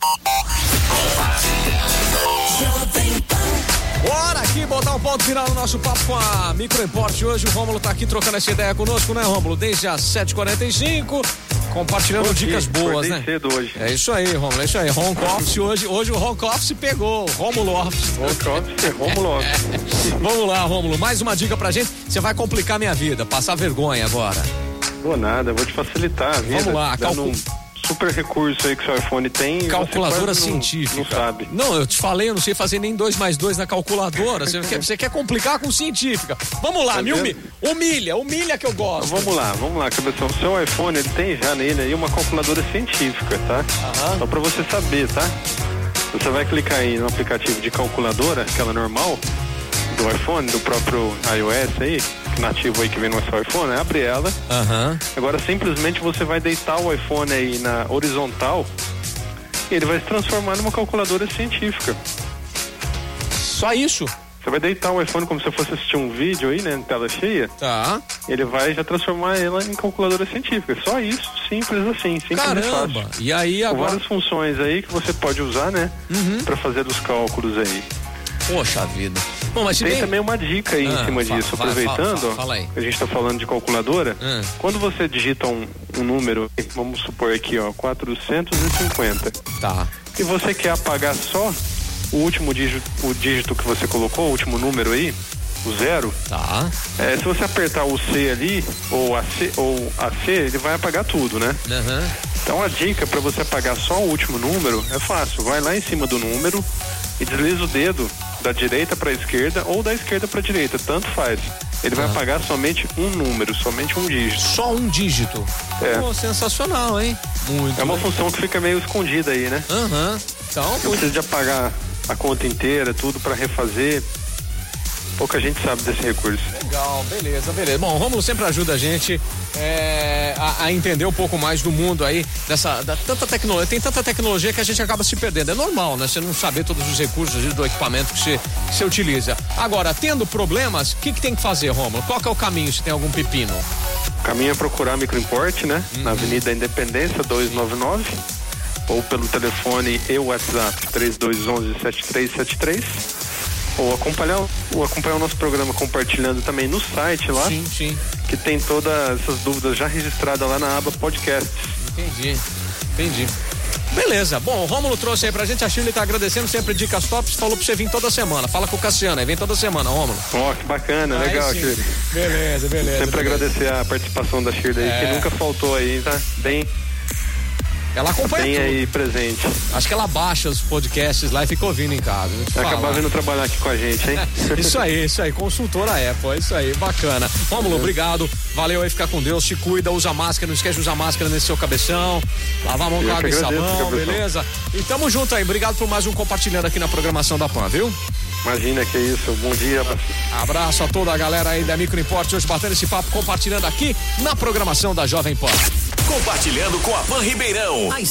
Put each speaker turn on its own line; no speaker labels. um Ponto final do nosso papo com a Micro Import. Hoje o Rômulo tá aqui trocando essa ideia conosco, né, Rômulo? Desde as 7h45, compartilhando
Acordei,
dicas boas,
acordei
né?
cedo hoje.
É isso aí, Rômulo, é isso aí. Home Office hoje, hoje o Home Office pegou, Rômulo Office.
Office, Rômulo Office.
Vamos lá, Rômulo, mais uma dica pra gente. Você vai complicar minha vida, passar vergonha agora.
Vou nada, vou te facilitar a vida.
Vamos lá,
dando
calcu-
um super recurso aí que seu iPhone tem. e você
Calculadora
quase não-
científica.
Não sabe.
Não, eu te falei, eu não sei fazer nem dois mais dois na calculadora. Você quer, você quer complicar com científica. Vamos lá,
Tá
me
vendo?
humi- humilha, humilha que eu gosto.
Vamos lá, vamos lá, cabeção. O seu iPhone ele tem já nele aí uma calculadora científica, tá? Só pra você saber, tá? Você vai clicar aí no aplicativo de calculadora, aquela normal, do iPhone, do próprio iOS aí, nativo aí que vem no seu iPhone, né? abre ela.
Aham.
Agora simplesmente você vai deitar o iPhone aí na horizontal e ele vai se transformar numa calculadora científica.
Só isso?
Você vai deitar o iPhone como se fosse assistir um vídeo aí, né, em tela cheia,
Tá.
ele vai já transformar ela em calculadora científica. Só isso, simples assim, simples e fácil.
Caramba. E aí
Com
agora. Uhum.
várias funções aí que você pode usar, né, Pra fazer os cálculos aí.
Poxa vida. Bom, mas se
Tem
bem.
também uma dica aí
Ah,
em cima
fala,
disso,
fala,
aproveitando,
fala, fala aí.
que a gente tá falando de calculadora,
Ah.
quando você digita um, um número, vamos supor aqui, ó, 450,
Tá.
e você quer apagar só o último dígito, o dígito que você colocou, o último número aí, o zero,
Tá.
é, se você apertar o C ali, ou a C, ou a C, ele vai apagar tudo, né?
Aham.
Então a dica para você apagar só o último número é fácil, vai lá em cima do número e desliza o dedo da direita para a esquerda ou da esquerda para a direita, tanto faz. Ele vai apagar somente um número, somente um dígito.
Só um dígito.
É.
Pô, sensacional, hein? Muito.
É uma
né?
função que fica meio escondida aí, né?
Aham. Então,
Não precisa de apagar a conta inteira, tudo para refazer. Pouca gente sabe desse recurso.
Legal, beleza, beleza. Bom, o Rômulo sempre ajuda a gente é, a, a entender um pouco mais do mundo aí, dessa da, tanta tecnologia. Tem tanta tecnologia que a gente acaba se perdendo. É normal, né? Você não saber todos os recursos e do equipamento que você, que você utiliza. Agora, tendo problemas, o que, que tem que fazer, Rômulo? Qual que é o caminho se tem algum pepino?
O caminho é procurar a Microimport, né?
Uhum.
Na Avenida Independência 299 ou pelo telefone e WhatsApp 3211-7373 ou acompanhar, ou acompanhar o nosso programa compartilhando também no site lá,
Sim, sim.
que tem todas essas dúvidas já registradas lá na aba podcast.
Entendi, entendi. Beleza, bom, o Rômulo trouxe aí pra gente, a Shirley tá agradecendo sempre dicas tops, falou pra você vir toda semana. Fala com o Cassiano aí, vem toda semana, Rômulo.
Ó, que bacana,
Aí
legal,
sim.
Shirley.
Beleza, beleza.
Sempre
beleza.
agradecer a participação da Shirley, aí,
É.
que nunca faltou aí, tá? Bem,
Ela acompanha
bem
tudo.
aí presente.
Acho que ela baixa os podcasts lá e fica ouvindo em casa. Vou te
Vai acabar
falar.
vindo trabalhar aqui com a gente, hein?
Isso aí, isso aí, consultora Apple, é isso aí, bacana. Rômulo, obrigado, valeu aí, fica com Deus, se cuida, usa máscara, não esquece de usar máscara nesse seu cabeção, lavar a mão
Eu
com
que
água e
agradeço,
sabão,
cabeção.
beleza? E tamo junto aí, obrigado por mais um compartilhando aqui na programação da PAN, viu?
Imagina que é isso. Bom dia,
Abraço a toda a galera aí da Micro Import, hoje batendo esse papo, compartilhando aqui na programação da Jovem Pan.
Compartilhando com a Pan Ribeirão. A estação